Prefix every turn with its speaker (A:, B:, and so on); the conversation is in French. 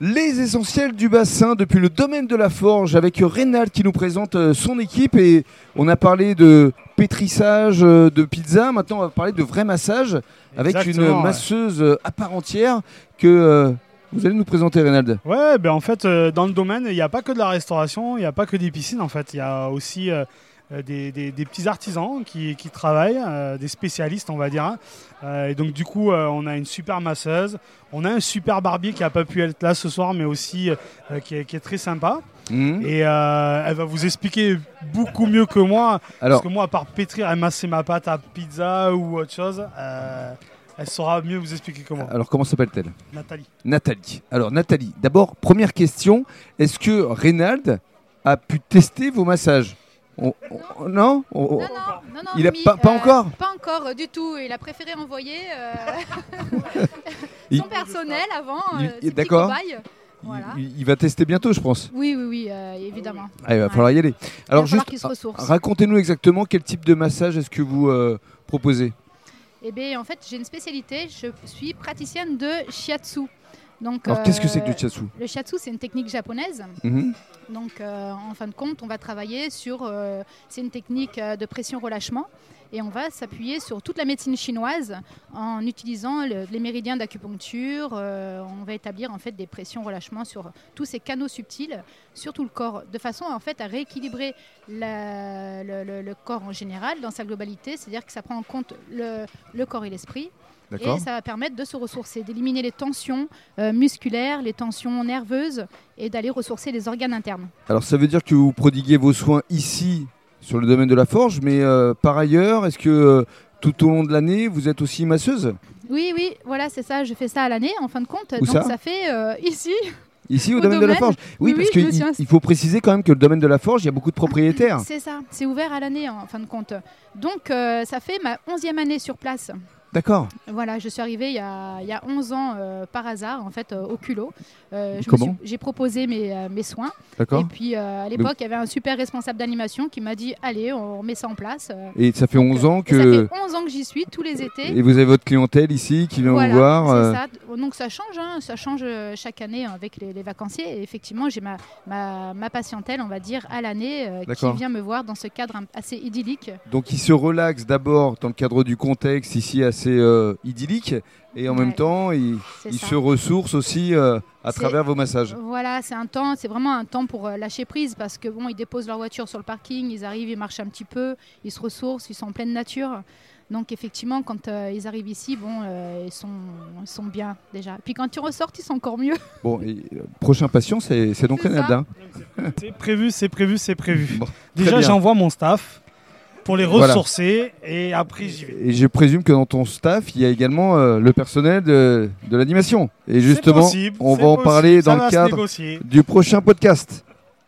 A: Les essentiels du bassin depuis le domaine de la forge avec Reynald qui nous présente euh, son équipe et on a parlé de pétrissage euh, de pizza, maintenant on va parler de vrai massage avec
B: Exactement,
A: une
B: ouais.
A: masseuse euh, à part entière que euh, vous allez nous présenter Reynald.
B: Ouais, ben en fait, euh, dans le domaine, il n'y a pas que de la restauration, il n'y a pas que des piscines, en fait. Il y a aussi euh, euh, des, des- des petits artisans qui, qui travaillent, euh, des spécialistes, on va dire. Euh, et donc, du coup, euh, on a une super masseuse, on a un super barbier qui n'a pas pu être là ce soir, mais aussi euh, qui, est, qui est très sympa.
A: Mhm.
B: Et euh, elle va vous expliquer beaucoup mieux que moi,
A: Alors,
B: parce que moi, à part pétrir et masser ma pâte à pizza ou autre chose, euh, elle saura mieux vous expliquer que moi.
A: alors comment s'appelle-t-elle
B: Nathalie.
A: Nathalie. Alors Nathalie, d'abord première question, est-ce que Reynald a pu tester vos massages On- on- Non On- on-
C: Non, non, non, non,
A: Oh. Il a
C: Rémi,
A: pas- pas encore
C: Pas encore euh, du tout. Il a préféré envoyer euh,
A: Il-
C: son personnel avant,
A: Il-
C: euh, ses petits
A: d'accord.
C: cobayes. Voilà.
A: il- il va tester bientôt je pense.
C: Oui, oui, oui, euh, évidemment.
A: Ah, il va
C: Ouais.
A: falloir y aller.
C: Il va
A: Alors
C: falloir
A: juste,
C: qu'il se ressource.
A: racontez-nous exactement quel type de massage est-ce que vous euh, proposez.
C: Eh bien, en fait, j'ai une spécialité. Je suis praticienne de shiatsu. Donc,
A: Alors qu'est-ce que c'est que
C: euh,
A: du shiatsu
C: Le shiatsu, c'est une technique japonaise.
A: Mhm.
C: Donc, euh, en fin de compte, on va travailler sur. euh, c'est une technique euh, de pression-relâchement. Et on va s'appuyer sur toute la médecine chinoise en utilisant le- les méridiens d'acupuncture. Euh, on va établir en fait des pressions-relâchements sur tous ces canaux subtils, sur tout le corps, de façon en fait à rééquilibrer la- le, le- le corps en général dans sa globalité. C'est-à-dire que ça prend en compte le- le corps et l'esprit. Et
A: D'accord.
C: ça va permettre de se ressourcer, d'éliminer les tensions euh, musculaires, les tensions nerveuses et d'aller ressourcer les organes internes.
A: Alors ça veut dire que vous prodiguez vos soins ici sur le domaine de la forge, mais euh, par ailleurs, est-ce que euh, tout au long de l'année, vous êtes aussi masseuse
C: Oui, oui, voilà, c'est ça. Je fais ça à l'année, en fin de compte.
A: Où
C: Donc
A: ça
C: ça, fait euh, ici.
A: Ici au,
C: Au
A: domaine, de la
C: domaine
A: forge Oui,
C: Oui,
A: parce
C: oui, je me suis
A: qu'il
C: inst-
A: il faut préciser quand même que le domaine de la forge, il y a beaucoup de propriétaires.
C: C'est ça. C'est ouvert à l'année, en fin de compte. Donc euh, ça fait ma onzième année sur place.
A: D'accord.
C: Voilà, je suis arrivée il y a, il y a 11 ans euh, par hasard, en fait, euh, au culot. Euh, je me
A: Comment
C: suis- J'ai proposé mes, euh, mes soins. Et
A: D'accord.
C: puis euh, à l'époque, il y avait un super responsable d'animation qui m'a dit Allez, on met ça en place. Euh,
A: Et ça fait 11 ans
C: et ça
A: que...
C: fait 11 ans que j'y suis, tous les étés.
A: Et vous avez votre clientèle ici qui vient
C: Voilà,
A: vous voir. euh,
C: c'est ça. Donc ça change, hein, ça change euh, chaque année hein, avec les, les vacanciers. Et effectivement, j'ai ma, ma, ma patientèle, on va dire, à l'année, euh, qui
A: D'accord.
C: vient me voir dans ce cadre un- assez idyllique.
A: Donc il se relaxe d'abord dans le cadre du contexte ici assez euh, idyllique et en
C: Ouais.
A: même temps il,
C: C'est
A: il
C: ça.
A: se ressource aussi euh, à
C: C'est- Oh.
A: travers vos massages.
C: Voilà, c'est un temps, c'est vraiment un temps pour euh, lâcher prise parce que bon, ils déposent leur voiture sur le parking, ils arrivent, ils marchent un petit peu, ils se ressourcent, ils sont en pleine nature. Donc effectivement, quand euh, ils arrivent ici, bon, euh, ils sont, ils sont bien déjà. Puis quand ils ressortent, ils sont encore mieux.
A: Bon, et, euh, prochain patient c'est c'est donc
C: C'est
A: Renald.
C: ça.
A: hein.
B: C'est prévu, c'est prévu, c'est prévu.
A: Bon,
B: Déjà,
A: bien.
B: j'envoie mon staff pour les
A: Voilà.
B: ressourcer et après j'y vais.
A: Et je présume que dans ton staff il y a également euh, le personnel de, de l'animation. Et
B: C'est
A: justement
B: possible,
A: on
B: c'est
A: va en
B: possible,
A: parler
B: ça
A: dans
B: va
A: le
B: se
A: cadre
B: négocier.
A: du prochain podcast.